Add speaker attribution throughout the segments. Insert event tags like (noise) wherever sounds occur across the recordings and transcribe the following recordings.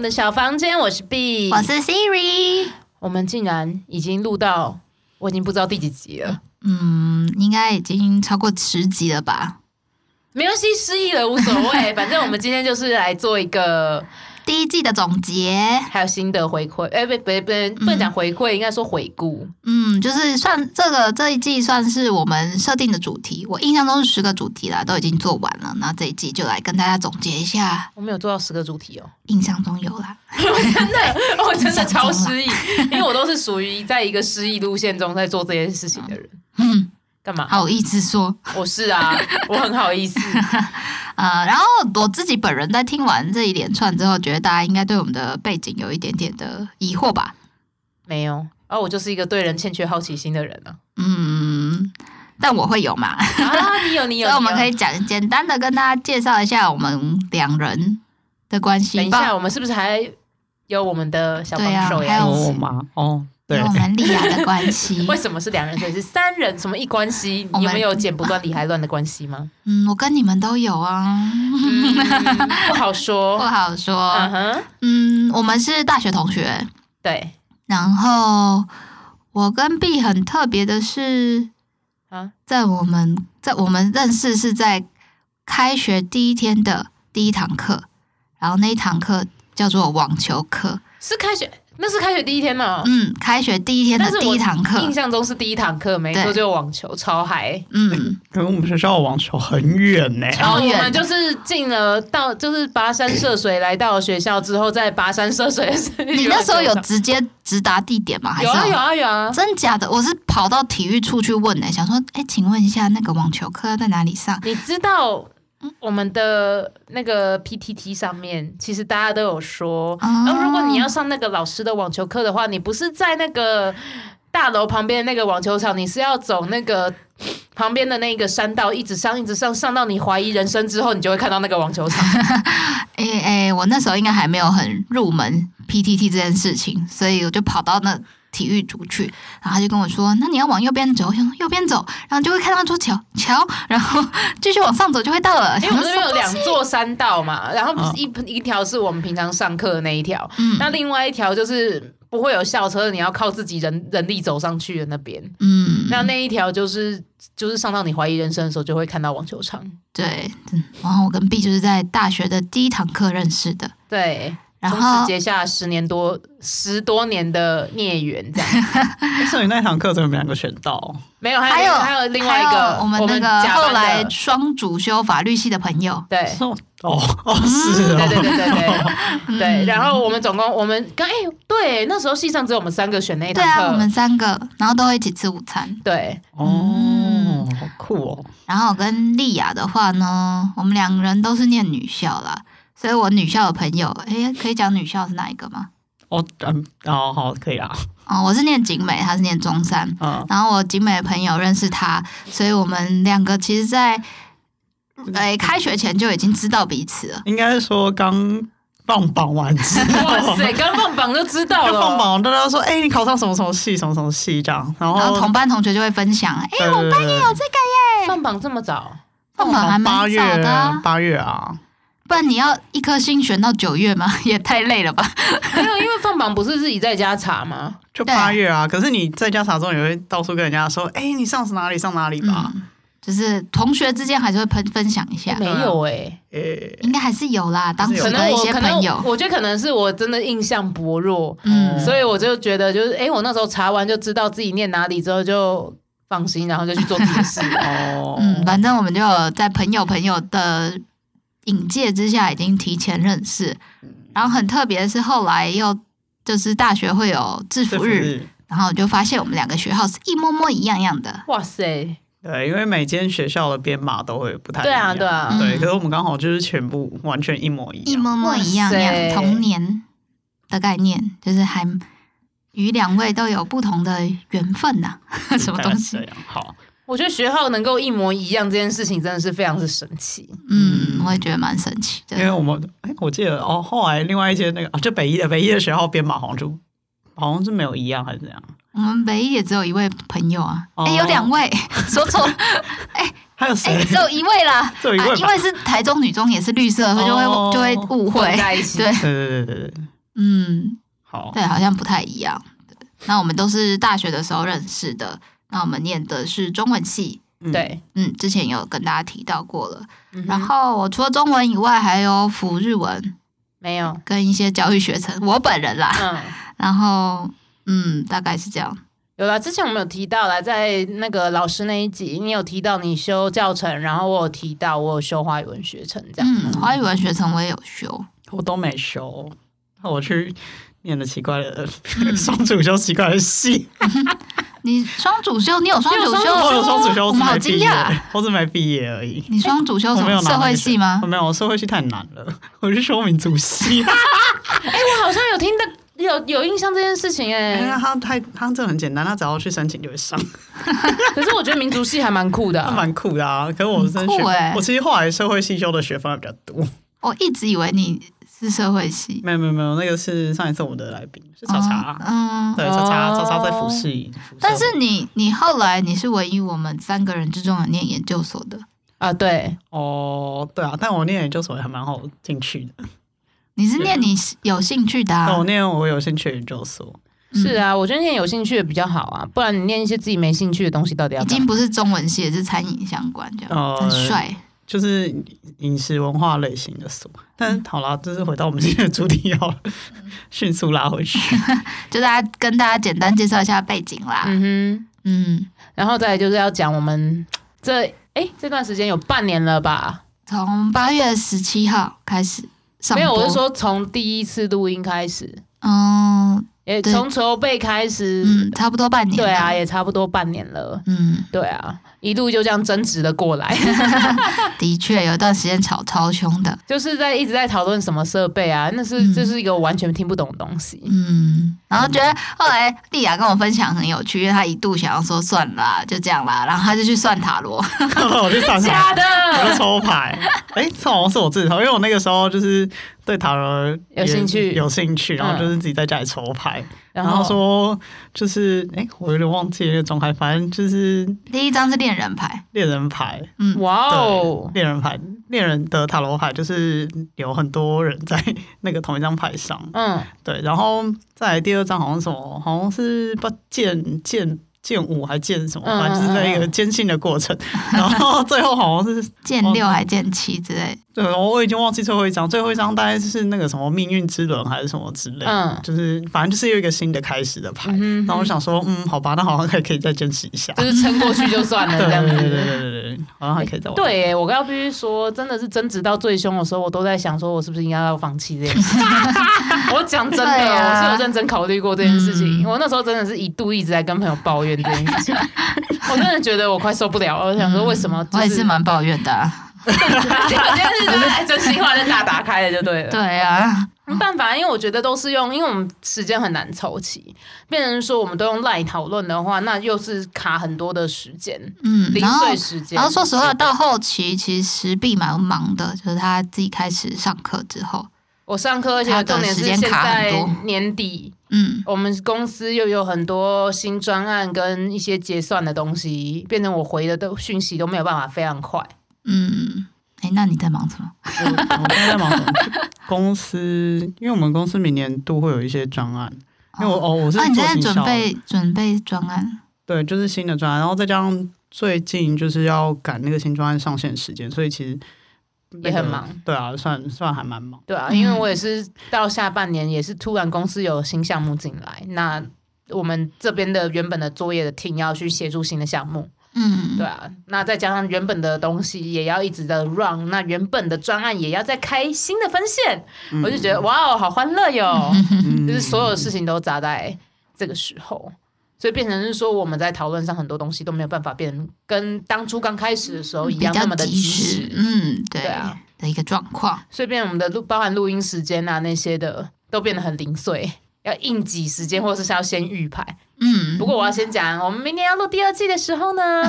Speaker 1: 的小房间，我是 B，
Speaker 2: 我是 Siri。
Speaker 1: 我们竟然已经录到，我已经不知道第几集了，
Speaker 2: 嗯，应该已经超过十集了吧？
Speaker 1: 没关系，失忆了无所
Speaker 2: (laughs)
Speaker 1: 谓，反正我们今天就是来做一个，
Speaker 2: 第一季的总结，
Speaker 1: 还有新的回馈，哎、不不不，不能讲回馈，应该说回顾，
Speaker 2: 嗯，就是算这个这一季算是我们设定的主题。我印象中是十个主题啦，都已经做完了。那这一季就来跟大家总结一下，
Speaker 1: 我们有做到十个主题哦，
Speaker 2: 印象中有啦。
Speaker 1: 真
Speaker 2: (laughs)
Speaker 1: 的，我真的
Speaker 2: 想中
Speaker 1: 超
Speaker 2: 了
Speaker 1: 失忆，因为我都是属于在一个失忆路线中在做这件事情的人，
Speaker 2: 嗯，
Speaker 1: 干嘛？
Speaker 2: 好意思说，
Speaker 1: 我是啊，我很好
Speaker 2: (laughs)
Speaker 1: 意思，
Speaker 2: 呃，然后我自己本人在听完这一连串之后，觉得大家应该对我们的背景有一点点的疑惑吧？
Speaker 1: 没有，啊，我就是一个对人欠缺好奇心的
Speaker 2: (laughs)
Speaker 1: 人啊，
Speaker 2: 嗯，但我会有嘛，
Speaker 1: 啊，你有你有，
Speaker 2: 所以我们
Speaker 1: 你有
Speaker 2: 可以讲简单的跟大家介绍一下我们两人的关系。
Speaker 1: 等一下，我们是不是还有我们的小帮手
Speaker 2: 对啊还
Speaker 1: 呀。
Speaker 2: 有？
Speaker 3: 有我吗？哦，对
Speaker 2: 跟，我们莉亚的关系
Speaker 1: (laughs) 为什么是两人，所以是三人？什么一关系？
Speaker 2: (laughs) 我
Speaker 1: 你
Speaker 2: 们
Speaker 1: 有没有剪不断理还乱的关系
Speaker 2: (laughs)
Speaker 1: 吗？
Speaker 2: 嗯，我跟你们都有啊，
Speaker 1: 嗯不好
Speaker 2: 不
Speaker 1: 说。
Speaker 2: 好
Speaker 1: 嗯
Speaker 2: 说。
Speaker 1: 哼，
Speaker 2: 嗯，我们是大学同学，
Speaker 1: 对
Speaker 2: 然后我跟 B 很特别的是，
Speaker 1: 啊，
Speaker 2: 在我们在我们认识是在开学第一天的第一堂课，然后那一堂课叫做网球课。
Speaker 1: 是开学，那是开学第一天呢。
Speaker 2: 嗯，开学第一天
Speaker 1: 但
Speaker 2: 的
Speaker 1: 是
Speaker 2: 第
Speaker 1: 我
Speaker 2: 一堂课
Speaker 1: 印。象中是第一堂课，没错，
Speaker 2: 对
Speaker 1: 就网球超嗨。
Speaker 2: 嗯，
Speaker 3: 跟我们学校的网球很远
Speaker 2: (laughs)
Speaker 3: 呢、
Speaker 1: 然后
Speaker 2: 超
Speaker 1: 我
Speaker 2: 远
Speaker 1: 们就是进了到，就是跋山涉水来到了学校之后，在跋山涉水的时候啊
Speaker 2: 你那时候有直接直达地点吗？还是
Speaker 1: 有啊有啊有啊，
Speaker 2: 真假的？我是跑到体育处去问的、想说，哎、请问一下，那个网球课要在哪里上？
Speaker 1: 你知道我们的那个 PTT 上面，其实大家都有说，
Speaker 2: 哦
Speaker 1: 然后如果你要上那个老师的网球课的话，你不是在那个大楼旁边的那个网球场，你是要走那个。旁边的那个山道一直上，一直上，上到你怀疑人生之后，你就会看到那个网球
Speaker 2: (laughs)
Speaker 1: 场。
Speaker 2: 哎、哎、我那时候应该还没有很入门 PTT 这件事情，所以我就跑到那体育组去，然后他就跟我说，那你要往右边走，我想说右边走，然后就会看到一座桥桥，然后 (laughs) 继续往上走就会到了。
Speaker 1: 因为我们这
Speaker 2: 想
Speaker 1: 边
Speaker 2: 说
Speaker 1: 有两座山道嘛，然后不
Speaker 3: 哦
Speaker 1: 是一一条是我们平常上课的那一条，
Speaker 2: 嗯
Speaker 1: 那另外一条就是不会有校车，你要靠自己人人力走上去的那边。
Speaker 2: 嗯，
Speaker 1: 那那一条就是就是上到你怀疑人生的时候，就会看到网球场。
Speaker 2: 对，嗯然后我跟 B 就是在大学的第一堂课认识的，
Speaker 1: 对，
Speaker 2: 然
Speaker 1: 从此
Speaker 2: 后
Speaker 1: 结下十年多十多年的孽缘，这样
Speaker 3: 所以那堂课怎么你们两个选到？
Speaker 1: 没有，还
Speaker 2: 还
Speaker 1: 有
Speaker 2: 有
Speaker 1: 还有另外一
Speaker 2: 还
Speaker 1: 个
Speaker 2: 有我们那个
Speaker 1: 甲班的
Speaker 2: 后来双主修法律系的朋友，
Speaker 1: 对
Speaker 2: (laughs)
Speaker 3: 哦哦是
Speaker 1: 对
Speaker 3: 哦，
Speaker 1: 对对对对
Speaker 2: 嗯
Speaker 1: 对，然后我们总共我们刚哎对，那时候系上只有我们三个选那一
Speaker 2: 对
Speaker 1: 堂
Speaker 2: 啊，我
Speaker 1: 课，
Speaker 2: 们三个，然后都会一起吃午餐。
Speaker 1: 对
Speaker 2: 嗯
Speaker 3: 哦，好酷哦！
Speaker 2: 然后我跟丽雅的话呢，我们两个人都是念女校啦，所以我女校的朋友，诶，可以讲女校是哪一个吗？
Speaker 3: 哦，嗯，哦，好，可以啦，
Speaker 2: 哦，我是念景美，她是念中山。
Speaker 3: 嗯，
Speaker 2: 然后我景美的朋友认识她，所以我们两个其实在，诶开学前就已经知道彼此了。
Speaker 3: 应该说刚放榜完
Speaker 2: (laughs)
Speaker 3: 之后，
Speaker 1: 哇塞，刚放榜就知道
Speaker 3: 刚放
Speaker 1: 了。
Speaker 3: 榜完，大家都说，哎、你考上什么什么系，什么什么系这样，然
Speaker 2: 然
Speaker 3: 后
Speaker 2: 后啊同班哎同学就会分享，诶，
Speaker 3: 哦对对对对对对
Speaker 1: 哎
Speaker 3: 哦
Speaker 1: 放榜这么早，
Speaker 2: 放榜还
Speaker 3: 八
Speaker 2: 蛮早
Speaker 3: 月
Speaker 2: 的啊、
Speaker 3: 八月啊，
Speaker 2: 不然你要一颗星选到九月吗？ (laughs) 也太累了吧。
Speaker 1: 没有，因为放榜不是自己在家查吗？
Speaker 3: 就
Speaker 2: 对
Speaker 3: 八月啊。可是你在家查中也会到处跟人家说，哎、你上哪里上哪里吧。
Speaker 2: 嗯，就是同学之间还是会分分享一下，
Speaker 1: 没有哎、
Speaker 2: 嗯
Speaker 3: 哎、
Speaker 2: 应该还是啊有啦，当时
Speaker 1: 可能
Speaker 2: 的一
Speaker 1: 我
Speaker 2: 些
Speaker 1: 可能
Speaker 2: 朋友
Speaker 1: 我，我觉得可能是我真的印象薄弱，
Speaker 2: 嗯，
Speaker 1: 所以我就觉得就是，哎、我那时候查完就知道自己念哪里之后就放心，然后就去做自己的事。
Speaker 3: 哦，
Speaker 2: 嗯，反正我们就有在朋友朋友的引介之下，已经提前认识。然后很特别的是，后来又就是大学会有制
Speaker 3: 制
Speaker 2: 服
Speaker 3: 服
Speaker 2: 日，
Speaker 3: 日。
Speaker 2: 然后我就发现我们两个学号是一模模一样样的。
Speaker 1: 哇塞，
Speaker 3: 对，因为每间学校的编码都会不太一
Speaker 1: 对啊
Speaker 3: 样
Speaker 1: 对啊
Speaker 3: 对，
Speaker 2: 嗯
Speaker 3: 可是我们刚好就是全部完全一模一
Speaker 2: 一
Speaker 3: 样。
Speaker 2: 模模一样
Speaker 1: 哇塞
Speaker 2: 样，童年的概念就是还与两位都有不同的缘分
Speaker 3: (laughs)
Speaker 2: 呐、什么
Speaker 3: 大概
Speaker 2: 东
Speaker 3: 是这
Speaker 2: 西？
Speaker 3: 样好，
Speaker 1: 我觉得学号能够一模一样这件事情真的是非常之神奇。
Speaker 2: 嗯，我也觉得蛮神奇
Speaker 3: 因为
Speaker 2: 的。
Speaker 3: 我们哎，我记得哦，后来另外一间那个啊，就北一的北一的学校编码好像就好像是没有一样还是怎样，
Speaker 2: 我们唯一也只有一位朋友啊，哎、
Speaker 3: 哦
Speaker 2: 有两位， (laughs) 说
Speaker 3: (laughs)
Speaker 2: 错了，
Speaker 3: 还有
Speaker 2: 哎、
Speaker 3: 谁？
Speaker 2: 只有一位啦。
Speaker 3: 只有一
Speaker 2: 啊，
Speaker 3: 位
Speaker 2: 因
Speaker 3: 吧？
Speaker 2: 为是台中女中也是绿色，所以就会、
Speaker 3: 哦
Speaker 2: 就会误
Speaker 1: 混
Speaker 2: 会。
Speaker 1: 在一起，
Speaker 2: 对，
Speaker 3: 对对对对对，
Speaker 2: 嗯，
Speaker 3: 好，
Speaker 2: 对，好像不太一样。对那我们都是大学的时候认识的，那我们念的是中文系，
Speaker 3: 嗯，
Speaker 1: 对，
Speaker 2: 嗯，之前有跟大家提到过了。
Speaker 1: 嗯哼
Speaker 2: 然后我除了中文以外，还有辅日文
Speaker 1: 没有，
Speaker 2: 跟一些教育学程，我本人啦。
Speaker 1: 嗯，
Speaker 2: 然后，嗯，大概是这样。
Speaker 1: 有啦，之前我们有提到啦，在那个老师那一集，你有提到你修教程，然后我有提到我有修华语文学程这样。
Speaker 2: 嗯，华语文学程我也有修，
Speaker 3: 我都没修，那我去念了奇怪的
Speaker 2: 嗯
Speaker 3: (laughs) 双主修奇怪的戏，
Speaker 2: 你双主修，你有双
Speaker 1: 你有
Speaker 2: 主
Speaker 1: 双
Speaker 2: 修，
Speaker 1: 主
Speaker 3: 我有 (laughs) 双主修，
Speaker 2: 哦我
Speaker 3: 我
Speaker 2: 们
Speaker 3: 是
Speaker 2: 好
Speaker 3: 没
Speaker 2: 惊
Speaker 3: 毕业
Speaker 2: 讶。，
Speaker 3: 我是没毕业而已。
Speaker 2: 你双主修
Speaker 3: 我
Speaker 2: 什
Speaker 3: 没
Speaker 2: 么
Speaker 3: 有拿
Speaker 2: 哦社
Speaker 3: 那
Speaker 2: 会
Speaker 3: 个
Speaker 2: 系吗
Speaker 3: 我？没有，社会系太难了， (laughs) 我去修民族系。
Speaker 1: 我好像有听的，有有印象这件事情哎、
Speaker 3: (laughs) 哎 (laughs) 呀，他太他真的很简单，他只要去申请就会上，
Speaker 1: 可是我觉得民族系还蛮酷的、
Speaker 3: (laughs) 他
Speaker 1: 啊，
Speaker 3: 蛮酷的啊。可是我真的
Speaker 2: 很
Speaker 3: 学，
Speaker 2: 酷欸
Speaker 3: 我其实后来社会系修的学分还比较多。 (laughs)
Speaker 2: 我一直以为你是社会系。
Speaker 3: 没有没有没有，那个是上一次我们的来宾是查查，
Speaker 2: 哦嗯，
Speaker 3: 对查查
Speaker 1: 哦
Speaker 3: 查查在服饰，辐射
Speaker 2: 但是你你后来你是唯一我们三个人之中有念研究所的，
Speaker 1: 啊，对，
Speaker 3: 哦，对啊，但我念研究所还蛮好进去的，
Speaker 2: 你是念你有兴趣的、
Speaker 3: 但
Speaker 2: 啊
Speaker 3: 我，念我有兴趣的研究所，
Speaker 2: 嗯
Speaker 1: 是啊，我觉得念有兴趣的比较好啊，不然你念一些自己没兴趣的东西，到底要
Speaker 2: 已
Speaker 1: 干
Speaker 2: 经
Speaker 1: 嘛？
Speaker 2: 不是中文系，也是餐饮相关这样，
Speaker 3: 哦
Speaker 2: 很帅。
Speaker 3: 就是饮食文化类型的所。但
Speaker 2: 嗯
Speaker 3: 是好啦，就是回到我们今天的主题好了， (laughs) 迅速拉回去。
Speaker 2: 就大家跟大家简单介绍一下背景啦。嗯
Speaker 1: 嗯哼，然后再来就是要讲我们这哎、这段时间有半年了吧？
Speaker 2: 从八月十七号开始上
Speaker 1: 没有，我是
Speaker 2: 播，
Speaker 1: 说从第一次录音开始，
Speaker 2: 嗯
Speaker 1: 也
Speaker 2: 对
Speaker 1: 从筹备开始，
Speaker 2: 嗯，差不多半年了。
Speaker 1: 对啊，也差不多半年了。
Speaker 2: 嗯，
Speaker 1: 对啊，一路就这样争执的过
Speaker 2: (laughs)
Speaker 1: 来，
Speaker 2: 的确有一段时间吵超凶的。
Speaker 1: 就是在一直在讨论什么设备啊，那是
Speaker 2: 嗯
Speaker 1: 这是一个完全听不懂的东西。
Speaker 2: 嗯，然后觉得后来丽雅跟我分享很有趣，因为她一度想要说算啦，就这样啦，然后她就去算
Speaker 1: (laughs)
Speaker 2: 塔罗。
Speaker 3: (laughs) 我去查
Speaker 2: 嗯
Speaker 3: 查。
Speaker 1: 假的，
Speaker 3: 我就抽牌，哎、这好像是我自己抽，因为我那个时候就是对塔罗
Speaker 1: 有兴趣嗯
Speaker 3: 也有兴趣，然后就是自己在家里抽牌，
Speaker 1: 然
Speaker 3: 然后
Speaker 1: 后
Speaker 3: 说就是，哎、我有点忘记那个状态，反正就是
Speaker 2: 第一张是恋人牌，
Speaker 3: 猎人牌，
Speaker 1: 哇哦
Speaker 3: 对，，猎人牌，猎人的塔罗牌就是有很多人在 (laughs) 那个同一张牌上，
Speaker 1: 嗯，
Speaker 3: 对，然后再来第二张好像是什么，好像是不剑剑。剑舞还剑什么，
Speaker 1: 嗯
Speaker 3: 反正就是在一个坚信的过程， (laughs) 然后最后好像是
Speaker 2: 见六
Speaker 1: 哦
Speaker 2: 还见七之类。
Speaker 3: 对，我已经忘记最后一张，最后一张大概是那个什么命运之轮还是什么之类的，
Speaker 1: 嗯
Speaker 3: 就是反正就是有一个新的开始的牌。
Speaker 1: 嗯哼
Speaker 3: 然后我想说，嗯，好吧，那好像还可以再坚持一下。
Speaker 1: 嗯就是撑过去就算了
Speaker 3: (laughs) 对
Speaker 1: 这样
Speaker 3: 对对对
Speaker 1: 子。
Speaker 3: 对对哦对，好像还可以再玩。
Speaker 1: 对耶，我刚刚必须说，真的是争执到最凶的时候，我都在想，说我是不是应该要放弃这件事？ (laughs) 我讲真的，哦
Speaker 2: 对啊
Speaker 1: 我是有认真考虑过这件事情。
Speaker 2: 嗯
Speaker 1: 我那时候真的是一度一直在跟朋友抱怨这件事情， (laughs) 我真的觉得我快受不了了。我想说，为什哦么、就
Speaker 2: 嗯我也
Speaker 1: (laughs)
Speaker 2: (laughs) 是蛮抱怨的啊、
Speaker 1: 结果今天是真的哎真心话就大打开了，就对了。
Speaker 2: 对啊，
Speaker 1: 没办法，因为我觉得都是用，因为我们时间很难凑齐，变成说我们都用 LINE 讨论的话，那又是卡很多的时间，
Speaker 2: 嗯，
Speaker 1: 零
Speaker 2: 然后
Speaker 1: 碎时间。
Speaker 2: 然后说实话，到后期其实碧蛮忙的，就是他自己开始上课之后，
Speaker 1: 我上课，而且
Speaker 2: 他的
Speaker 1: 重点是
Speaker 2: 时间
Speaker 1: 现
Speaker 2: 卡很
Speaker 1: 在
Speaker 2: 多
Speaker 1: 年底，
Speaker 2: 嗯，
Speaker 1: 我们公司又有很多新专案跟一些结算的东西，变成我回的都讯息都没有办法非常快。
Speaker 2: 嗯，哎，那你在忙什么？
Speaker 3: 我我现在在忙什么？
Speaker 1: (laughs)
Speaker 3: 公司，因为我们公司明年度会有一些专案，因为我哦，我是
Speaker 2: 啊，你
Speaker 3: 做
Speaker 2: 在
Speaker 3: 行销
Speaker 2: 准
Speaker 3: 的，
Speaker 2: 备准备专案，
Speaker 3: 对，就是新的专案，然后再加上最近就是要赶那个新专案上线时间，所以其实、
Speaker 1: 也很忙。
Speaker 3: 对啊，算算还蛮忙。
Speaker 1: 对啊，
Speaker 2: 嗯
Speaker 1: 因为我也是到下半年，也是突然公司有新项目进来，那我们这边的原本的作业的 team 要去协助新的项目，
Speaker 2: 嗯，
Speaker 1: 对啊，那再加上原本的东西也要一直的 run，那原本的专案也要再开新的分线，
Speaker 3: 嗯
Speaker 1: 我就觉得哇哦，好欢乐
Speaker 2: (laughs)
Speaker 1: 哟！(laughs)
Speaker 3: 嗯
Speaker 1: 就是所有事情都砸在这个时候，所以变成是说我们在讨论上很多东西都没有办法变跟当初刚开始的时候一
Speaker 2: 比
Speaker 1: 样那
Speaker 2: 较
Speaker 1: 么的及
Speaker 2: 及
Speaker 1: 时
Speaker 2: 时，，嗯，对
Speaker 1: 对啊
Speaker 2: 的一个状况，
Speaker 1: 所以变成我们的录包含录音时间啊那些的都变得很零碎。要应急时间，或者是要先预排。
Speaker 2: 嗯，
Speaker 1: 不过我要先讲，我们明年
Speaker 2: (laughs)
Speaker 1: 要录第二季的时候呢，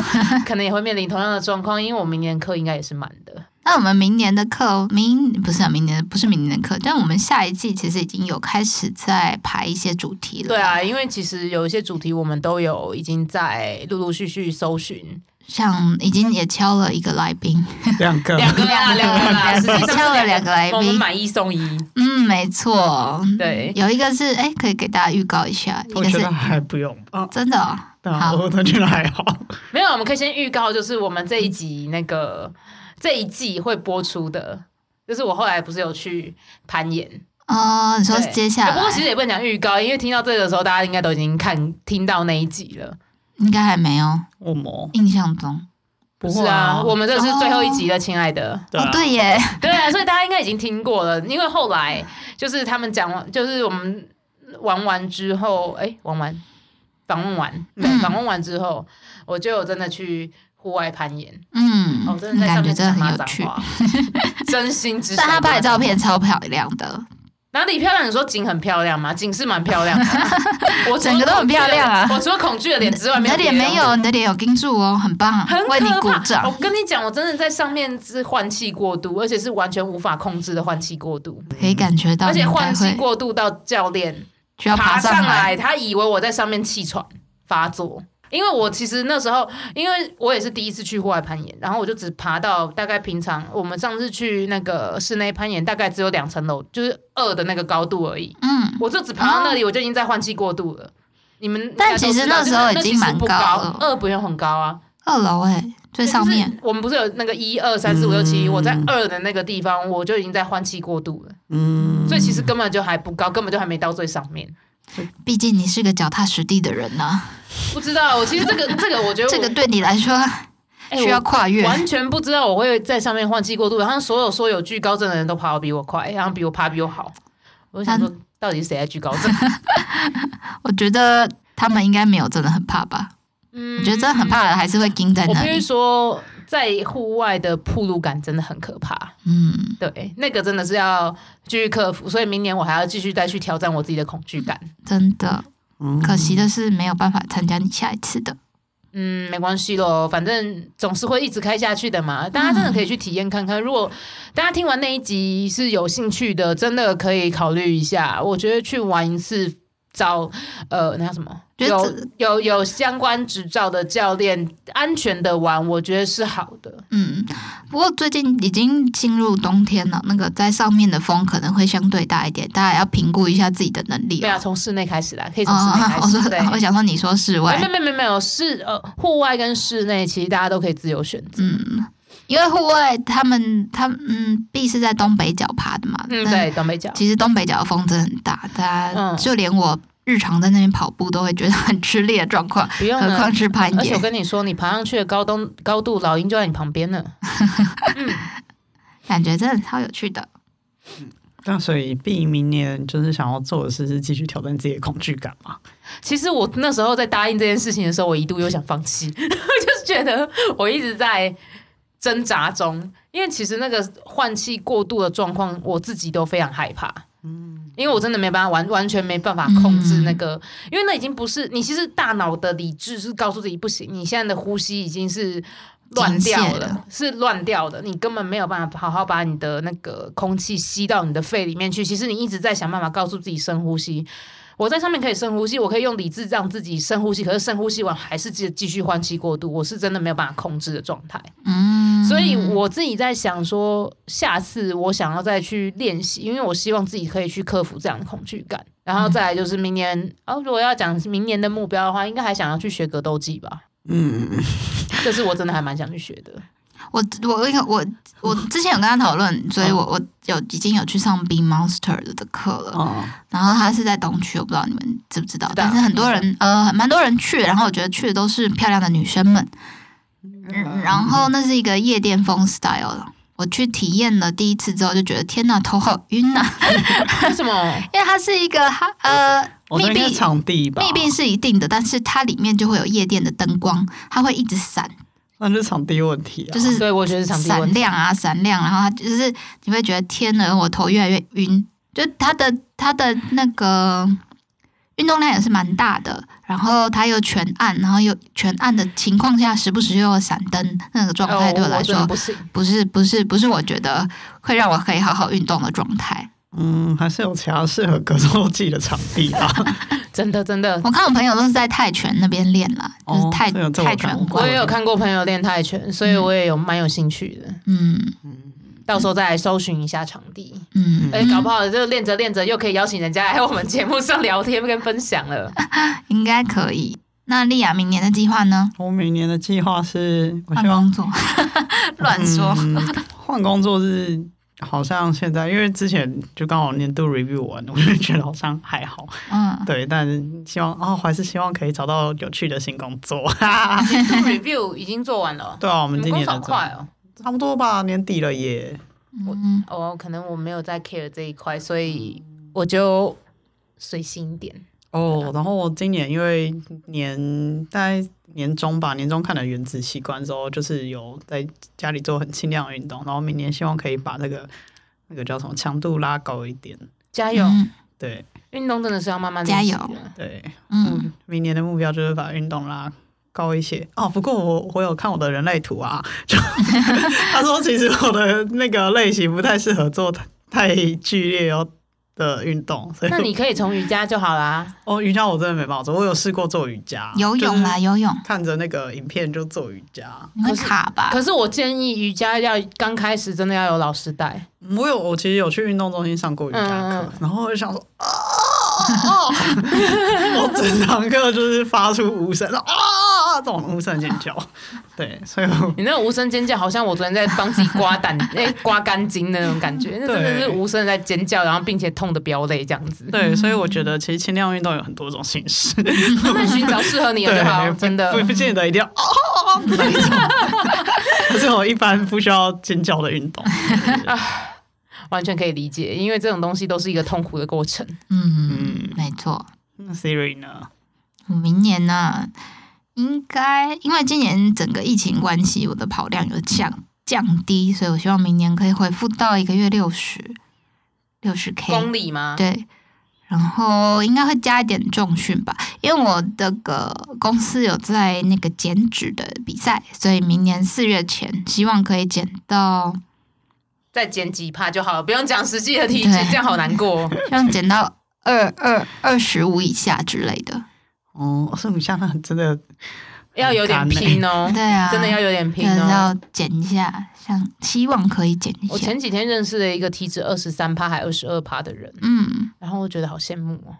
Speaker 1: 可能也会面临同样的状况，因为我明年课应该也是满的。
Speaker 2: 那那我们明年的课，明不是、啊、明年不是明年的课，但我们下一季其实已经有开始在排一些主题了。
Speaker 1: 对啊，，因为其实有一些主题我们都有已经在陆陆续续搜寻，
Speaker 2: 像已经也敲了一个来宾，
Speaker 3: 两 (laughs) 个
Speaker 1: 两个啦，两个啦，实际上是
Speaker 2: 敲了 (laughs) 两个来宾
Speaker 1: 我们买一送一，
Speaker 2: 嗯，没错，
Speaker 1: 对，
Speaker 2: 有一个是哎，可以给大家预告一下，一
Speaker 3: 我
Speaker 2: 个是
Speaker 3: 觉得还不用啊，
Speaker 2: 真的哦、
Speaker 3: 对啊，
Speaker 2: 好
Speaker 3: 我都觉得还好。
Speaker 1: 没有，我们可以先预告，就是我们这一集那个这一季会播出的，就是我后来不是有去攀岩，
Speaker 2: 哦，你说
Speaker 1: 对哎
Speaker 2: 接下
Speaker 1: 不过其
Speaker 2: 来
Speaker 1: 实也不能讲预告，因为听到这个的时候，大家应该都已经看听到那一集了。
Speaker 2: 应该还没有
Speaker 3: 我磨
Speaker 2: 印象中
Speaker 1: 不是啊，我们这是最后一集了，亲爱的。
Speaker 3: 对啊
Speaker 2: 哦，对耶，
Speaker 1: 对啊，所以大家应该已经听过了，因为后
Speaker 2: 嗯
Speaker 1: 来就是他们讲完，就是我们玩完之后，哎、玩完访问完，对，
Speaker 2: 嗯
Speaker 1: 访问完之后，我就有真的去户外攀岩，
Speaker 2: 嗯，
Speaker 1: 哦，真的在上
Speaker 2: 感觉
Speaker 1: 面
Speaker 2: 真的
Speaker 1: 讲
Speaker 2: 很
Speaker 1: 骂
Speaker 2: 有
Speaker 1: 脏
Speaker 2: 趣。
Speaker 1: 话， (laughs) 真心之。
Speaker 2: 但他拍的照，片超漂亮
Speaker 1: (laughs)
Speaker 2: 的，
Speaker 1: 哪里漂亮？你说景很漂亮吗？景是蛮漂亮的，
Speaker 2: (laughs)
Speaker 1: 我除了
Speaker 2: 整个都很漂亮
Speaker 1: 恐
Speaker 2: 啊
Speaker 1: 惧的我除了恐惧的脸之外，
Speaker 2: 你
Speaker 1: 没有
Speaker 2: 的
Speaker 1: 别
Speaker 2: 脸
Speaker 1: 的
Speaker 2: 没
Speaker 1: 东西
Speaker 2: 有，你的脸有盯住哦，很棒，
Speaker 1: 很可怕哦
Speaker 2: 为你鼓
Speaker 1: 我
Speaker 2: 掌。
Speaker 1: 跟你讲，我真的在上面是换气过度，而且是完全无法控制的换气过度，
Speaker 2: 可以感觉到
Speaker 1: 而
Speaker 2: 你
Speaker 1: 且
Speaker 2: 应
Speaker 1: 换
Speaker 2: 该
Speaker 1: 气
Speaker 2: 会
Speaker 1: 过度到教练
Speaker 2: 需要
Speaker 1: 爬
Speaker 2: 上
Speaker 1: 上来，他以为我在上面气喘发作。因为我其实那时候，因为我也是第一次去户外攀岩，然后我就只爬到大概平常我们上次去那个室内攀岩，大概只有两层楼，就是二的那个高度而已。
Speaker 2: 嗯，
Speaker 1: 我就只爬到那里，我就已经在换气过度了。你们应
Speaker 2: 但
Speaker 1: 该都
Speaker 2: 其实
Speaker 1: 知道
Speaker 2: 那时候
Speaker 1: 就是
Speaker 2: 已经蛮
Speaker 1: 其实不
Speaker 2: 高
Speaker 1: 高
Speaker 2: 了
Speaker 1: 二不用很高啊。
Speaker 2: 二楼哎，最上
Speaker 1: 就
Speaker 2: 面
Speaker 1: 是我们不是有那个一二三四五六七，
Speaker 3: 嗯
Speaker 1: 我在二的那个地方，我就已经在换气过度了，
Speaker 3: 嗯，
Speaker 1: 所以其实根本就还不高，根本就还没到最上面。
Speaker 2: 毕竟你是个脚踏实地的人呐，
Speaker 1: 不知道，我其实这
Speaker 2: (laughs)
Speaker 1: 个这个，我觉得我
Speaker 2: 这个对你来说
Speaker 1: 哎
Speaker 2: 需要跨
Speaker 1: 我
Speaker 2: 越。
Speaker 1: 完全不知道我会在上面换气过度，然后所有说有惧高症的人都爬得比我快，然后比我爬比我好，我就想说
Speaker 2: 嗯
Speaker 1: 到底是谁在惧高
Speaker 2: (laughs)
Speaker 1: 症？
Speaker 2: 我觉得他们应该没有真的很怕吧？
Speaker 1: 嗯
Speaker 2: 我觉得真的很怕的还是会盯在
Speaker 1: 我
Speaker 2: 那
Speaker 1: 必须
Speaker 2: 里。
Speaker 1: 说，在户外的铺路感真的很可怕，
Speaker 2: 嗯，
Speaker 1: 对，那个真的是要继续克服，所以明年我还要继续再去挑战我自己的恐惧感。
Speaker 2: 真的，
Speaker 3: 嗯
Speaker 2: 可惜的是没有办法参加你下一次的。
Speaker 1: 嗯，没关系咯，反正总是会一直开下去的嘛。大家真的可以去体验看看。如果大家听完那一集是有兴趣的，真的可以考虑一下。我觉得去玩一次，找呃那叫什么，
Speaker 2: 觉得
Speaker 1: 有
Speaker 2: 这
Speaker 1: 有有相关执照的教练，安全的玩，我觉得是好的。
Speaker 2: 嗯，不过最近已经进入冬天了，那个在上面的风可能会相对大一点，大家也要评估一下自己的能力
Speaker 1: 对啊，
Speaker 2: 哦。
Speaker 1: 从室内开始啦，可以从室内
Speaker 2: 啊，
Speaker 1: 开
Speaker 2: 我
Speaker 1: 始。
Speaker 2: 说
Speaker 1: 对，
Speaker 2: 我想说，你说室
Speaker 1: 没
Speaker 2: 外，
Speaker 1: 没没没没有室呃户外跟室内，其实大家都可以自由选择。
Speaker 2: 嗯，因为户外他们他们嗯，B 是在东北角爬的嘛，
Speaker 1: 嗯，
Speaker 2: 但
Speaker 1: 对，东北角。
Speaker 2: 其实东北角的风真的很大，大家
Speaker 1: 嗯
Speaker 2: 就连我日常在那边跑步都会觉得很吃力的状况，
Speaker 1: 不用
Speaker 2: 何
Speaker 1: 了，
Speaker 2: 况是攀
Speaker 1: 而且我
Speaker 2: 岩，
Speaker 1: 跟你说，你爬上去的高东高度，老鹰就在你旁边呢。
Speaker 2: 感觉真的超有趣的。
Speaker 3: 那所以 B 明年就是想要做的事是继续挑战自己的恐惧感嘛？
Speaker 1: 其实我那时候在答应这件事情的时候，我一度又想放弃， (laughs) 就是觉得我一直在挣扎中，因为其实那个换气过度的状况，我自己都非常害怕。因为我真的没办法完完全没办法控制那个，因为那已经不是你，其实大脑的理智是告诉自己不行，你现在的呼吸已经是乱掉
Speaker 2: 极
Speaker 1: 了，
Speaker 2: 限了
Speaker 1: 是乱掉的，你根本没有办法好好把你的那个空气吸到你的肺里面去。其实你一直在想办法告诉自己深呼吸。我在上面可以深呼吸，我可以用理智让自己深呼吸，可是深呼吸完还是继继续换气过度，我是真的没有办法控制的状态。
Speaker 2: 嗯，
Speaker 1: 所以我自己在想说，下次我想要再去练习，因为我希望自己可以去克服这样的恐惧感。然后再来就是明年，哦，如果要讲明年的目标的话，应该还想要去学格斗技吧？
Speaker 3: 嗯，
Speaker 1: 这是我真的还蛮想去学的。
Speaker 2: 我我我我我之前有跟他讨论，所以我我有已经有去上 B Monster 的课了，
Speaker 3: 哦，
Speaker 2: 然后他是在东区，我不知道你们知不知道，
Speaker 1: 知道
Speaker 2: 但是很多人呃蛮多人去，然后我觉得去的都是漂亮的女生们，嗯然后那是一个夜店风 style 了。我去体验了第一次之后，就觉得天呐，头好晕呐、
Speaker 1: 为什么？
Speaker 2: 因为它是一个它呃
Speaker 3: 我
Speaker 2: 密
Speaker 3: 觉得哦应该
Speaker 2: 闭
Speaker 3: 是场地吧，
Speaker 2: 密闭是一定的，但是它里面就会有夜店的灯光，它会一直闪，
Speaker 3: 那就是场地问题啊，
Speaker 2: 就是
Speaker 1: 对，我觉得是场地问
Speaker 2: 闪
Speaker 1: 题。
Speaker 2: 亮啊，闪亮，然后它就是你会觉得天呐，我头越来越晕，就它的它的那个运动量也是蛮大的。然后它又全暗，然后又全暗的情况下，时不时又有闪灯，那个状态对我来
Speaker 1: 哦真
Speaker 2: 说、
Speaker 1: 的不行。
Speaker 2: 不是不是不是，我觉得会让我可以好好运动的状态。
Speaker 3: 嗯，还是有其他适合格斗技的场
Speaker 2: (laughs)
Speaker 3: 地啊。
Speaker 1: 真的真的，
Speaker 2: 我看我朋友都是在泰拳那边练啦，
Speaker 3: 哦
Speaker 2: 就是泰、
Speaker 3: 这个这我
Speaker 2: 泰
Speaker 3: 看
Speaker 2: 拳
Speaker 1: 我
Speaker 3: 过
Speaker 2: 馆。
Speaker 1: 也有看过朋友练泰拳，所以我也有蛮有兴趣的。
Speaker 2: 嗯
Speaker 1: 到时候再来搜寻一下场地，
Speaker 2: 嗯，
Speaker 1: 哎，搞不好就练着练着又可以邀请人家来我们节目上聊天跟分享了。
Speaker 2: 嗯应该可以。那丽亚明年的计划呢？
Speaker 3: 我每年的计划是，我
Speaker 2: 换
Speaker 3: 希望
Speaker 2: 工作，
Speaker 3: (laughs)
Speaker 2: (laughs) 乱说。
Speaker 3: 嗯换工作是好像现在，因为之前就刚好年度 review 完，我就觉得好像还好， (laughs)
Speaker 2: 嗯，
Speaker 3: 对，但是希望哦，还是希望可以找到有趣的新工作。 (laughs)
Speaker 1: 年度 (laughs) review 已经做完了，
Speaker 3: 对啊，我
Speaker 1: 我
Speaker 3: 们今年的
Speaker 1: 好快哦。
Speaker 3: 差不多吧，年底了耶。
Speaker 1: 我
Speaker 2: 嗯，
Speaker 1: 哦，可能我没有在 care 这一块，所以我就随性一点。
Speaker 3: 哦，然后我今年因为年在年中吧，年中看了《原子习惯》之后，就是有在家里做很轻量的运动，然后明年希望可以把那个那个叫什么强度拉高一点。
Speaker 1: 加油，
Speaker 2: 嗯
Speaker 3: 对
Speaker 1: 运动真的是要慢慢
Speaker 2: 加
Speaker 1: 练习
Speaker 2: 油
Speaker 1: 的
Speaker 3: 对，
Speaker 2: 嗯，
Speaker 3: 嗯，明年的目标就是把运动拉高一些哦。不过我我有看我的人类图啊， (laughs) 就他说其实我的那个类型不太适合做太太剧烈哦的运动，所以
Speaker 1: 那你可以从瑜伽就好
Speaker 2: (laughs)
Speaker 1: 啦。
Speaker 3: 哦瑜伽我真的没办法做，我有试过做瑜伽，
Speaker 2: 游泳
Speaker 1: 啊
Speaker 2: 啦，
Speaker 3: 就是
Speaker 2: 游泳，
Speaker 3: 看着那个影片就做瑜伽。
Speaker 2: 你会
Speaker 1: 可是
Speaker 2: 卡吧？
Speaker 1: 可是我建议瑜伽要刚开始真的要有老师带，
Speaker 3: 我有，我其实有去运动中心上过瑜伽课，
Speaker 1: 嗯嗯
Speaker 3: 然后我就想说，啊， (laughs) 我整堂课就是发出无声啊这种无声尖叫，对，所以我
Speaker 1: 你那种无声尖叫，好像我昨天在帮自己刮胆、 (laughs) 哎、刮干筋那种感觉，那真的是无声地在尖叫，然后并且痛的飙泪这样子。
Speaker 3: 对，所以我觉得
Speaker 1: 嗯
Speaker 3: 其实轻量运动有很多种形式，
Speaker 1: 那寻找适合你的就好，
Speaker 3: 对，
Speaker 1: 真的
Speaker 3: 不。不不见得一定要啊那一种，
Speaker 1: (laughs)
Speaker 3: 可是我一般不需要尖叫的运动，
Speaker 1: 完全可以理解，因为这种东西都是一个痛苦的过程。
Speaker 2: 嗯，没错。
Speaker 3: 那 Siri 呢？
Speaker 2: 我明年呢，应该因为今年整个疫情关系，我的跑量有降降低，所以我希望明年可以恢复到一个月六十六十 K
Speaker 1: 公理吗？
Speaker 2: 对，然后应该会加一点重训吧，因为我这个公司有在那个减脂的比赛，所以明年四月前希望可以减到，
Speaker 1: 再减几趴就好了，不用讲实际的体质，
Speaker 2: 对
Speaker 1: 这样好难过。
Speaker 2: 希望减到二二二十五以下之类的。
Speaker 3: 哦，是你像那真的
Speaker 1: 要有点拼
Speaker 2: (laughs)
Speaker 1: 哦，
Speaker 2: 对啊，
Speaker 1: 真的要有点
Speaker 2: 就
Speaker 1: 拼
Speaker 2: 是
Speaker 1: 哦。
Speaker 2: 要减一下，像希望可以减一
Speaker 1: 我
Speaker 2: 下。
Speaker 1: 前几天认识了一个体脂二十三趴还二十二趴的人，
Speaker 2: 嗯
Speaker 1: 然后我觉得好羡慕哦，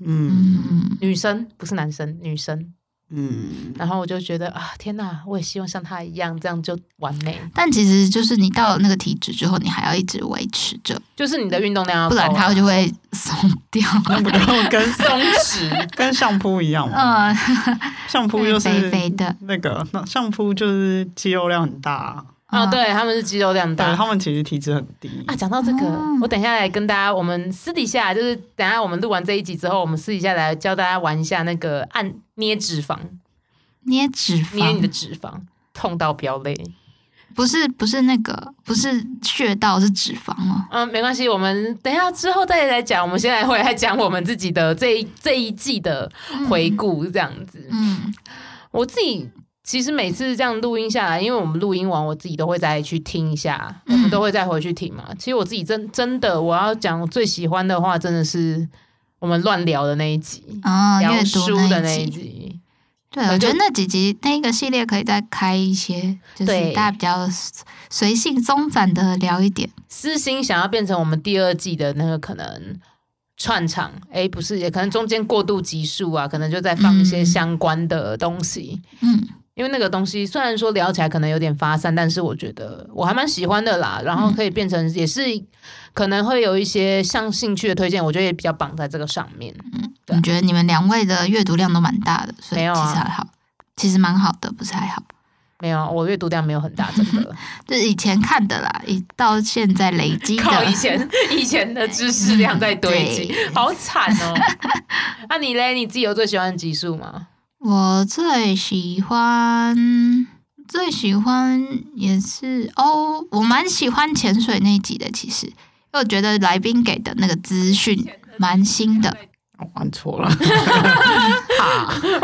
Speaker 3: 嗯
Speaker 2: 嗯
Speaker 1: 女生不是男生，女生。
Speaker 3: 嗯
Speaker 1: 然后我就觉得啊，天哪，我也希望像他一样，这样就完美。
Speaker 2: 但其实就是你到了那个体脂之后，你还要一直维持着，
Speaker 1: 就是你的运动量要
Speaker 2: 不
Speaker 1: 够啊，
Speaker 2: 然它就会松掉。
Speaker 3: 那不就跟
Speaker 1: 松弛。
Speaker 3: (laughs) 跟相扑一样吗？
Speaker 1: 啊
Speaker 2: (laughs) 嗯，
Speaker 3: 相扑就是
Speaker 2: 肥肥的。
Speaker 3: 那个那相扑就是肌肉量很大啊，
Speaker 1: 啊，
Speaker 2: 嗯
Speaker 1: 对，他们是肌肉量
Speaker 3: 对
Speaker 1: 大。
Speaker 3: 他们其实体脂很低
Speaker 1: 啊，讲到这个，
Speaker 2: 嗯
Speaker 1: 我等一下来跟大家，我们私底下就是等一下我们录完这一集之后，我们私底下来教大家玩一下那个按捏脂肪，
Speaker 2: 捏脂肪，
Speaker 1: 捏你的脂肪，痛到飙泪。
Speaker 2: 不是不是那个不是穴道是脂肪哦，
Speaker 1: 嗯，没关系，我们等一下之后再来讲。我们先来回来讲我们自己的这一这一季的回顾，这样子。
Speaker 2: 嗯
Speaker 1: 我自己其实每次这样录音下来，因为我们录音完，我自己都会再去听一下，我
Speaker 2: 嗯
Speaker 1: 们都会再回去听嘛。其实我自己真真的，我要讲我最喜欢的话，真的是我们乱聊的那一集，
Speaker 2: 啊、哦，
Speaker 1: 聊
Speaker 2: 阅
Speaker 1: 书
Speaker 2: 读
Speaker 1: 的
Speaker 2: 那
Speaker 1: 那一
Speaker 2: 一集，
Speaker 1: 集。
Speaker 2: 对，
Speaker 1: 我
Speaker 2: 我
Speaker 1: 就
Speaker 2: 觉得那几集那个系列可以再开一些，就
Speaker 1: 对
Speaker 2: 是大家比较随性松散的聊一点，
Speaker 1: 私心想要变成我们第二季的那个可能串场，诶，不是，也可能中间过渡集数啊，可能就再放一些
Speaker 2: 嗯
Speaker 1: 相关的东西。
Speaker 2: 嗯
Speaker 1: 因为那个东西虽然说聊起来可能有点发散，但是我觉得我还蛮喜欢的啦。然后可以变成也是可能会有一些像兴趣的推荐，我觉得也比较绑在这个上面。
Speaker 2: 嗯，
Speaker 1: 对啊
Speaker 2: 我觉得你们两位的阅读量都蛮大的，所以
Speaker 1: 没有
Speaker 2: 其
Speaker 1: 啊
Speaker 2: 实还好，其实蛮好的，不是还好，
Speaker 1: 没有，啊我阅读量没有很大，真的
Speaker 2: 就是以前看的啦，一到现在累
Speaker 1: (laughs)
Speaker 2: 积
Speaker 1: 靠
Speaker 2: 的
Speaker 1: 以，前以前的知识量在堆积，
Speaker 2: 对
Speaker 1: (laughs) 好惨哦。那、嗯啊你嘞？你自己有最喜欢的集数吗？
Speaker 2: 我最喜欢最喜欢也是哦，我蛮喜欢潜水那一集的，其实因为我觉得来宾给的那个资讯蛮新的，
Speaker 3: 我按错了，
Speaker 1: (laughs)
Speaker 3: (laughs)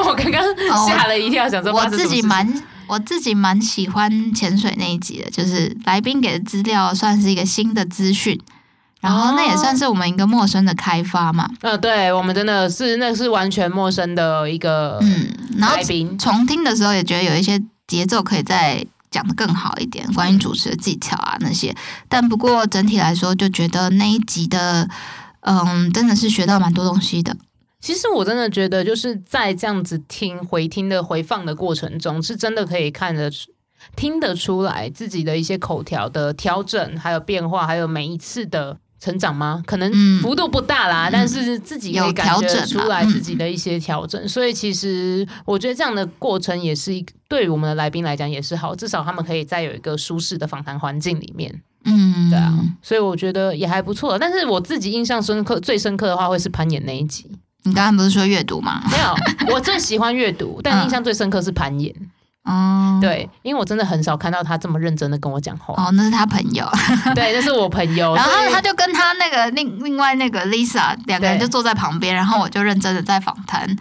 Speaker 1: 我刚刚吓了一跳，想说
Speaker 2: 哦我
Speaker 1: 发生什
Speaker 2: 自
Speaker 1: 么
Speaker 2: 己
Speaker 1: 事
Speaker 2: 蛮我自己蛮喜欢潜水那一集的，就是来宾给的资料算是一个新的资讯，然后那也
Speaker 1: 哦
Speaker 2: 算是我们一个陌生的开发嘛。
Speaker 1: 嗯，对我们真的是那是完全陌生的一个
Speaker 2: 嗯，然后
Speaker 1: 来宾，
Speaker 2: 重听的时候也觉得有一些节奏可以再讲得更好一点，
Speaker 1: 嗯
Speaker 2: 关于主持的技巧啊那些。但不过整体来说，就觉得那一集的。嗯，真的是学到蛮多东西的。
Speaker 1: 其实我真的觉得，就是在这样子听回听的回放的过程中，是真的可以看得出、听得出来自己的一些口条的调整，还有变化，还有每一次的成长吗？可能
Speaker 2: 嗯
Speaker 1: 幅度不大啦，
Speaker 2: 嗯
Speaker 1: 但是自己可以
Speaker 2: 有
Speaker 1: 感
Speaker 2: 调整
Speaker 1: 觉
Speaker 2: 啦
Speaker 1: 出来
Speaker 2: 嗯
Speaker 1: 自己的一些调整。所以其实我觉得这样的过程也是一对于我们的来宾来讲也是好，至少他们可以在有一个舒适的访谈环境里面。
Speaker 2: 嗯，
Speaker 1: 对啊，所以我觉得也还不错。但是我自己印象深刻、最深刻的话，会是攀岩那一集。
Speaker 2: 你刚刚不是说阅读吗？
Speaker 1: (laughs) 没有，我最喜欢阅读，但印象最深刻是攀岩。
Speaker 2: 嗯哦，，
Speaker 1: 对，因为我真的很少看到他这么认真的跟我讲话。
Speaker 2: 哦，那是他朋友。
Speaker 1: (laughs) 对，这是我朋友。
Speaker 2: 然后
Speaker 1: 哦所以
Speaker 2: 他就跟他那个另另外那个 Lisa 两个人
Speaker 1: 对
Speaker 2: 就坐在旁边，然后我就认真的在访谈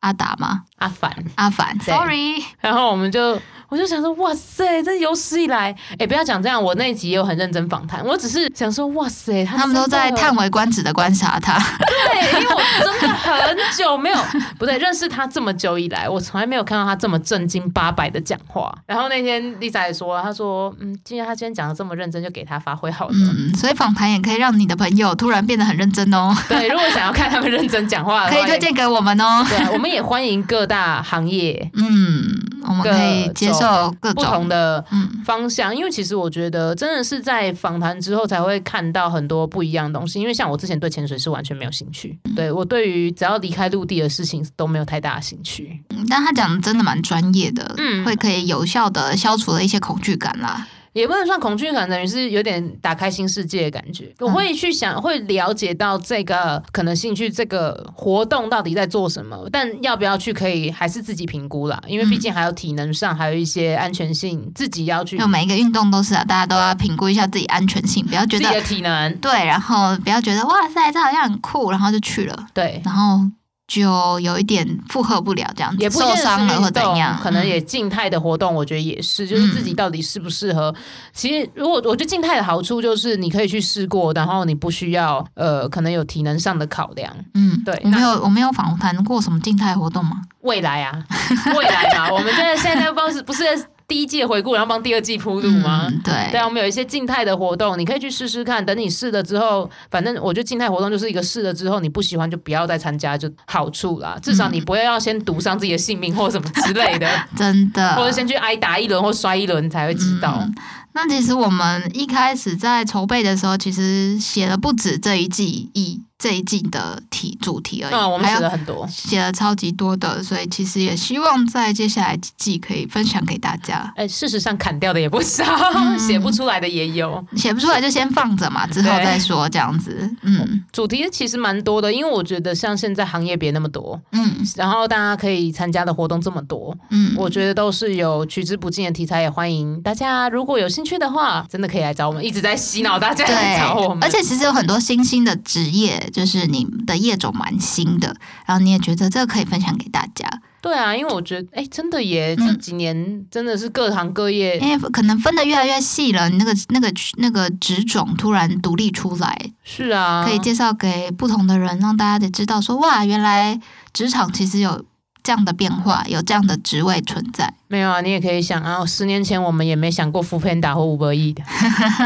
Speaker 2: 阿达嘛，
Speaker 1: 阿凡，
Speaker 2: 阿凡
Speaker 1: 对
Speaker 2: ，sorry，
Speaker 1: 然后我们就我就想说，哇塞，这有史以来，哎，不要讲这样，我那一集也有很认真访谈，我只是想说，哇塞，他
Speaker 2: 他们都在
Speaker 1: 真的
Speaker 2: 叹为观止的观察他。
Speaker 1: 对，因为我真的很久没有不对认识他这么久以来，我从来没有看到他这么正经八百的讲话。然后那天 Lisa 也说，她说，嗯，既然他今天讲的这么认真，就给他发挥好了。
Speaker 2: 嗯，所以访谈也可以让你的朋友突然变得很认真哦，
Speaker 1: 对，如果想要看他们认真讲话的
Speaker 2: 可
Speaker 1: 话，
Speaker 2: 以推荐给我们哦
Speaker 1: 也。。 (laughs) 对，啊我们也欢迎各大行业
Speaker 2: 嗯，我们可以接受各
Speaker 1: 不同
Speaker 2: 种，
Speaker 1: 的
Speaker 2: 嗯
Speaker 1: 方向，因为其实我觉得真的是在访谈之后才会看到很多不一样的东西。因为像我之前对潜水是完全没有兴趣，
Speaker 2: 嗯
Speaker 1: 对我对于只要离开陆地的事情都没有太大的兴趣。
Speaker 2: 嗯但他讲的真的蛮专业的，
Speaker 1: 嗯
Speaker 2: 会可以有效的消除了一些恐惧感啦。
Speaker 1: 也不能算恐惧感，等于是有点打开新世界的感觉。
Speaker 2: 嗯
Speaker 1: 我会去想，会了解到这个可能兴趣这个活动到底在做什么，但要不要去，可以还是自己评估啦。因为
Speaker 2: 嗯
Speaker 1: 毕竟还有体能上，还有一些安全性，自己要去
Speaker 2: 就每一个运动都是啊，大家都要评估一下自己安全性，不要觉
Speaker 1: 自己
Speaker 2: 得
Speaker 1: 的体能。
Speaker 2: 对，然后不要觉得哇塞，这好像很酷，然后就去了，
Speaker 1: 对，
Speaker 2: 然后就有一点负荷不了，这样子
Speaker 1: 也不一定
Speaker 2: 嗯受
Speaker 1: 是
Speaker 2: 伤了
Speaker 1: 运
Speaker 2: 或怎
Speaker 1: 动
Speaker 2: 样，
Speaker 1: 可能
Speaker 2: 嗯
Speaker 1: 也静态的活动，我觉得也是，就是自己到底适不适合。
Speaker 2: 嗯
Speaker 1: 其实，如果我觉得静态的好处就是你可以去试过，然后你不需要呃，可能有体能上的考量。
Speaker 2: 嗯，
Speaker 1: 对
Speaker 2: 我没
Speaker 1: 那
Speaker 2: 有我没有访谈过什么静态活动吗？
Speaker 1: 未来啊，
Speaker 2: (laughs)
Speaker 1: 未来嘛，我们现在现在帮是不是第一季的回顾，然后帮第二季铺路吗？
Speaker 2: 嗯、对，
Speaker 1: 对啊，我们有一些静态的活动，你可以去试试看。等你试了之后，反正我觉得静态活动就是一个试了之后，你不喜欢就不要再参加，就好处啦。至少你不会要先赌上自己的性命或什么之类的，
Speaker 2: 真的。
Speaker 1: 或者先去挨打一轮或摔一轮，你才会知道。
Speaker 2: 嗯那其实我们一开始在筹备的时候，其实写了不止这一季以这一季的题主题而已，
Speaker 1: 嗯，我们
Speaker 2: 还
Speaker 1: 学了
Speaker 2: 有
Speaker 1: 很多。
Speaker 2: 写了超级多的，所以其实也希望在接下来几季可以分享给大家。
Speaker 1: 哎，事实上砍掉的也不少， (laughs)
Speaker 2: 嗯
Speaker 1: 写不出来的也有。
Speaker 2: 写不出来就先放着嘛，之后
Speaker 1: 对
Speaker 2: 再说这样子。嗯
Speaker 1: 主题其实蛮多的，因为我觉得像现在行业别那么多，
Speaker 2: 嗯
Speaker 1: 然后大家可以参加的活动这么多，
Speaker 2: 嗯，
Speaker 1: 我觉得都是有取之不尽的题材，也欢迎大家如果有兴趣的话，真的可以来找我们，一直在洗脑大家来
Speaker 2: 对
Speaker 1: 找我，们。
Speaker 2: 而且其实有很多新兴的职业，就是你的业种蛮新的，然后你也觉得这个可以分享给大家，
Speaker 1: 对啊，因为我觉得，哎、真的耶，
Speaker 2: 嗯哎
Speaker 1: 这几年真的是各行各业。
Speaker 2: 因为可能分的越来越细了，你那个那个那个职种突然独立出来，
Speaker 1: 是啊，
Speaker 2: 可以介绍给不同的人，让大家得知道说哇，原来职场其实有这样的变化，有这样的职位存在。
Speaker 1: 没有啊？你也可以想啊，十年前我们也没想过 f o o p a n d a 或五百亿的，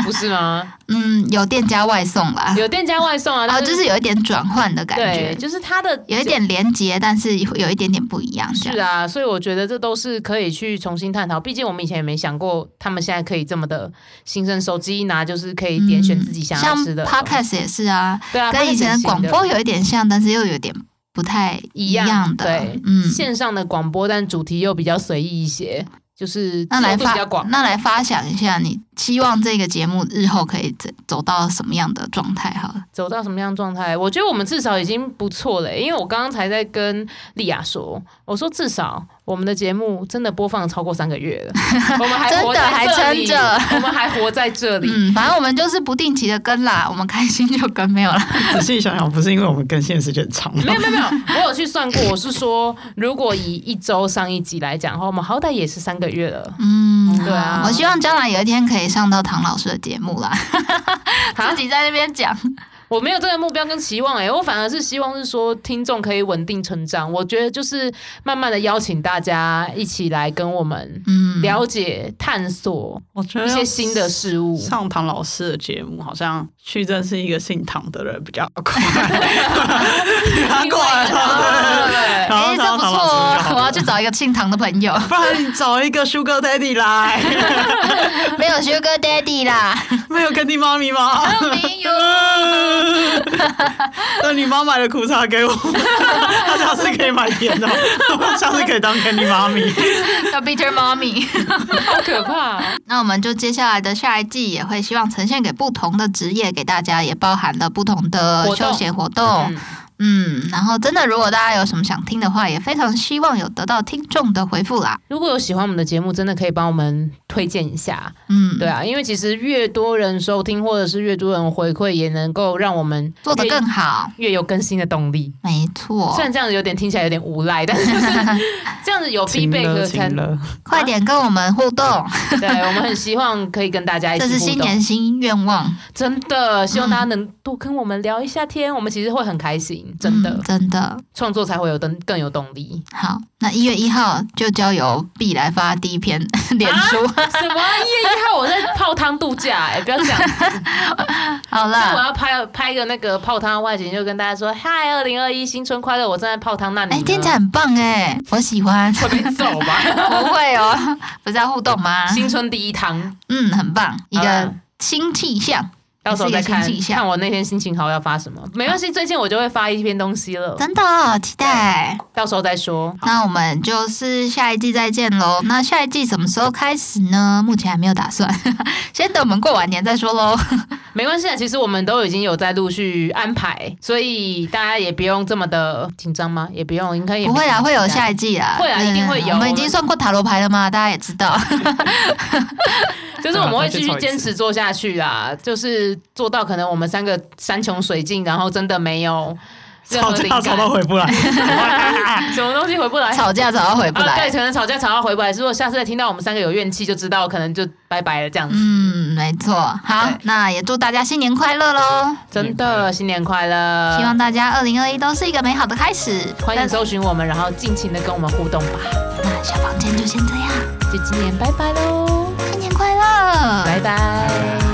Speaker 1: 不是
Speaker 2: (laughs)
Speaker 1: 吗？
Speaker 2: 嗯，有店家外送啦，
Speaker 1: 有店家外送啊，
Speaker 2: 然后哦就是有一点转换的感
Speaker 1: 对，
Speaker 2: 觉，
Speaker 1: 就是它的
Speaker 2: 有一点连接，但是有一点点不一样。这
Speaker 1: 是
Speaker 2: 样，
Speaker 1: 啊，所以我觉得这都是可以去重新探讨。毕竟我们以前也没想过，他们现在可以这么的新生手机一拿就是可以点选自己想要
Speaker 2: 嗯像
Speaker 1: 吃的。
Speaker 2: podcast 也是啊，
Speaker 1: 对啊，
Speaker 2: 跟以前
Speaker 1: podcast
Speaker 2: 的广播
Speaker 1: 也
Speaker 2: 有一点像，但是又有点不太
Speaker 1: 一
Speaker 2: 样的。
Speaker 1: 对，
Speaker 2: 嗯，
Speaker 1: 线上的广播，但主题又比较随意一些。就是
Speaker 2: 那来
Speaker 1: 尺度
Speaker 2: 发
Speaker 1: 比较广。
Speaker 2: 那来发想一下，你希望这个节目日后可以走走到什么样的状态？好了，
Speaker 1: 走到什么样的状态？我觉得我们至少已经不错了，因为我刚刚才在跟丽雅说，我说至少我们的节目真的播放超过三个月
Speaker 2: (laughs)
Speaker 1: 了，我们还活在
Speaker 2: 真的
Speaker 1: 这里
Speaker 2: 还撑着
Speaker 1: 我们还活在这
Speaker 2: (laughs)
Speaker 1: 里。
Speaker 2: 嗯，反正我们就是不定期的跟啦， (laughs) 我们开心就跟，没
Speaker 1: (laughs)
Speaker 2: 有啦。
Speaker 3: 仔细想想，不是因为我们更新的时间长吗
Speaker 1: 没？有没有没有，我有去算过，我是说，如果以一周上一集来讲的话，我们好歹也是三个月了。
Speaker 2: 嗯，
Speaker 1: 对啊
Speaker 2: 我希望将来有一天可以上到唐老师的节
Speaker 1: (laughs)
Speaker 2: 目啦，
Speaker 1: 好
Speaker 2: 自己在那边讲。
Speaker 1: 我没有这个目标跟期望哎、我反而是希望是说听众可以稳定成长。我觉得就是慢慢的邀请大家一起来跟我们
Speaker 2: 嗯，
Speaker 1: 了解、探索
Speaker 3: 我觉得
Speaker 1: 一些新的事物。
Speaker 3: 上唐老师的节目，好像去认识一个姓唐的人比较快。 (laughs) 他过来了，
Speaker 1: 对
Speaker 3: 好
Speaker 2: 哎、这不错
Speaker 3: 好
Speaker 2: 哦
Speaker 3: 好好，
Speaker 2: 我要去找一个姓唐的朋友，
Speaker 3: 哦不然你找一个 Sugar Daddy (laughs) 来，
Speaker 2: (laughs) 没有 Sugar Daddy 啦，
Speaker 3: 没有跟你妈咪吗？
Speaker 2: 没有。
Speaker 3: (laughs) 那你妈买了苦茶给我， (laughs) 她下次可以买甜 (laughs) 的，下次可以当给你妈咪。
Speaker 2: 叫 Peter Mommy。
Speaker 1: 好可怕哦、
Speaker 2: (laughs) 那我们就接下来的下一季也会希望呈现给不同的职业给大家，也包含了不同的
Speaker 1: 活动
Speaker 2: 休闲活动。
Speaker 1: 嗯
Speaker 2: 嗯，然后真的，如果大家有什么想听的话，也非常希望有得到听众的回复啦。
Speaker 1: 如果有喜欢我们的节目，真的可以帮我们推荐一下，
Speaker 2: 嗯，
Speaker 1: 对，啊，因为其实越多人收听，或者是越多人回馈，也能够让我们
Speaker 2: 做得
Speaker 1: 越
Speaker 2: 更好，
Speaker 1: 越有更新的动力。
Speaker 2: 没
Speaker 1: 虽
Speaker 2: 错。
Speaker 1: 然这样子有点听起来有点无赖，但是就是这样子
Speaker 2: (laughs)
Speaker 1: 有 feedback 才
Speaker 3: 请了，
Speaker 2: 快点跟我们互动，
Speaker 1: 对，我们很希望可以跟大家一起
Speaker 2: 这
Speaker 1: 互动。
Speaker 2: 是新年新愿望，
Speaker 1: 真的希望大家能多跟我们聊一下天，我们其实会很开心，真的
Speaker 2: 嗯，真的
Speaker 1: 创、作才会有更更有动力。
Speaker 2: 好。那一月一号就交由 B 来发第一篇 (laughs) 脸书，
Speaker 1: 什么一月一号我在泡汤度假、哎，不要 (laughs) 讲，
Speaker 2: 好
Speaker 1: 那我
Speaker 2: 了。
Speaker 1: 要拍拍个那个泡汤的外景，就跟大家说嗨，二零二一新春快乐，我正在泡汤，那你
Speaker 2: 哎、
Speaker 1: 呢
Speaker 2: 听起来很棒哎、我
Speaker 1: (laughs)
Speaker 2: 喜欢。
Speaker 1: 会被揍
Speaker 3: (laughs)
Speaker 1: 吧？
Speaker 2: 不会 (laughs) 哦，不是要互动吗？
Speaker 1: 新春第一汤，
Speaker 2: 嗯，很棒，一
Speaker 1: 好啦
Speaker 2: 个新气象，
Speaker 1: 到时候再看
Speaker 2: 也是一个新气象
Speaker 1: 看我那天心情好要发什么，没关系，最近我就会发一篇东西了，
Speaker 2: 真的哦期待。
Speaker 1: 到时候再说。
Speaker 2: 那我们就是下一季再见喽。那下一季什么时候开始呢？目前还没有打算， (laughs) 先等我们过完年再说喽。
Speaker 1: 没关系啊，其实我们都已经有在陆续安排，所以大家也不用这么的紧张吗？也不用，应该也
Speaker 2: 不会啊啦，会有下
Speaker 1: 一。
Speaker 2: 一季啦，
Speaker 1: 会啊
Speaker 2: 对
Speaker 1: 一定会有
Speaker 2: 我们已
Speaker 1: 我
Speaker 2: 经
Speaker 1: 们
Speaker 2: 算过塔罗牌了嘛，大家也知道。
Speaker 1: 就是我们会继续坚持做下去啦，就是做到可能我们三个山穷水尽，然后真的没有任
Speaker 3: 吵
Speaker 1: 何灵
Speaker 3: 架吵
Speaker 1: (laughs) 感，
Speaker 3: 到回不来。 (laughs)
Speaker 1: 什么东西回不来。
Speaker 2: 吵架吵到回不
Speaker 1: 哎啊，
Speaker 2: 来。
Speaker 1: 对，可能吵架吵到回不来。如果下次再听到我们三个有怨气，就知道可能就拜拜了这样子。
Speaker 2: 嗯，没错。好
Speaker 1: 对，
Speaker 2: 那也祝大家新年快乐喽！
Speaker 1: 真的，新年快乐！
Speaker 2: 希望大家二零二一都是一个美好的开始。
Speaker 1: 呃欢迎搜寻我们，然后尽情的跟我们互动吧。
Speaker 2: 那小房间就先这样，
Speaker 1: 就今年拜拜喽，
Speaker 2: 新年快乐！
Speaker 1: 拜拜。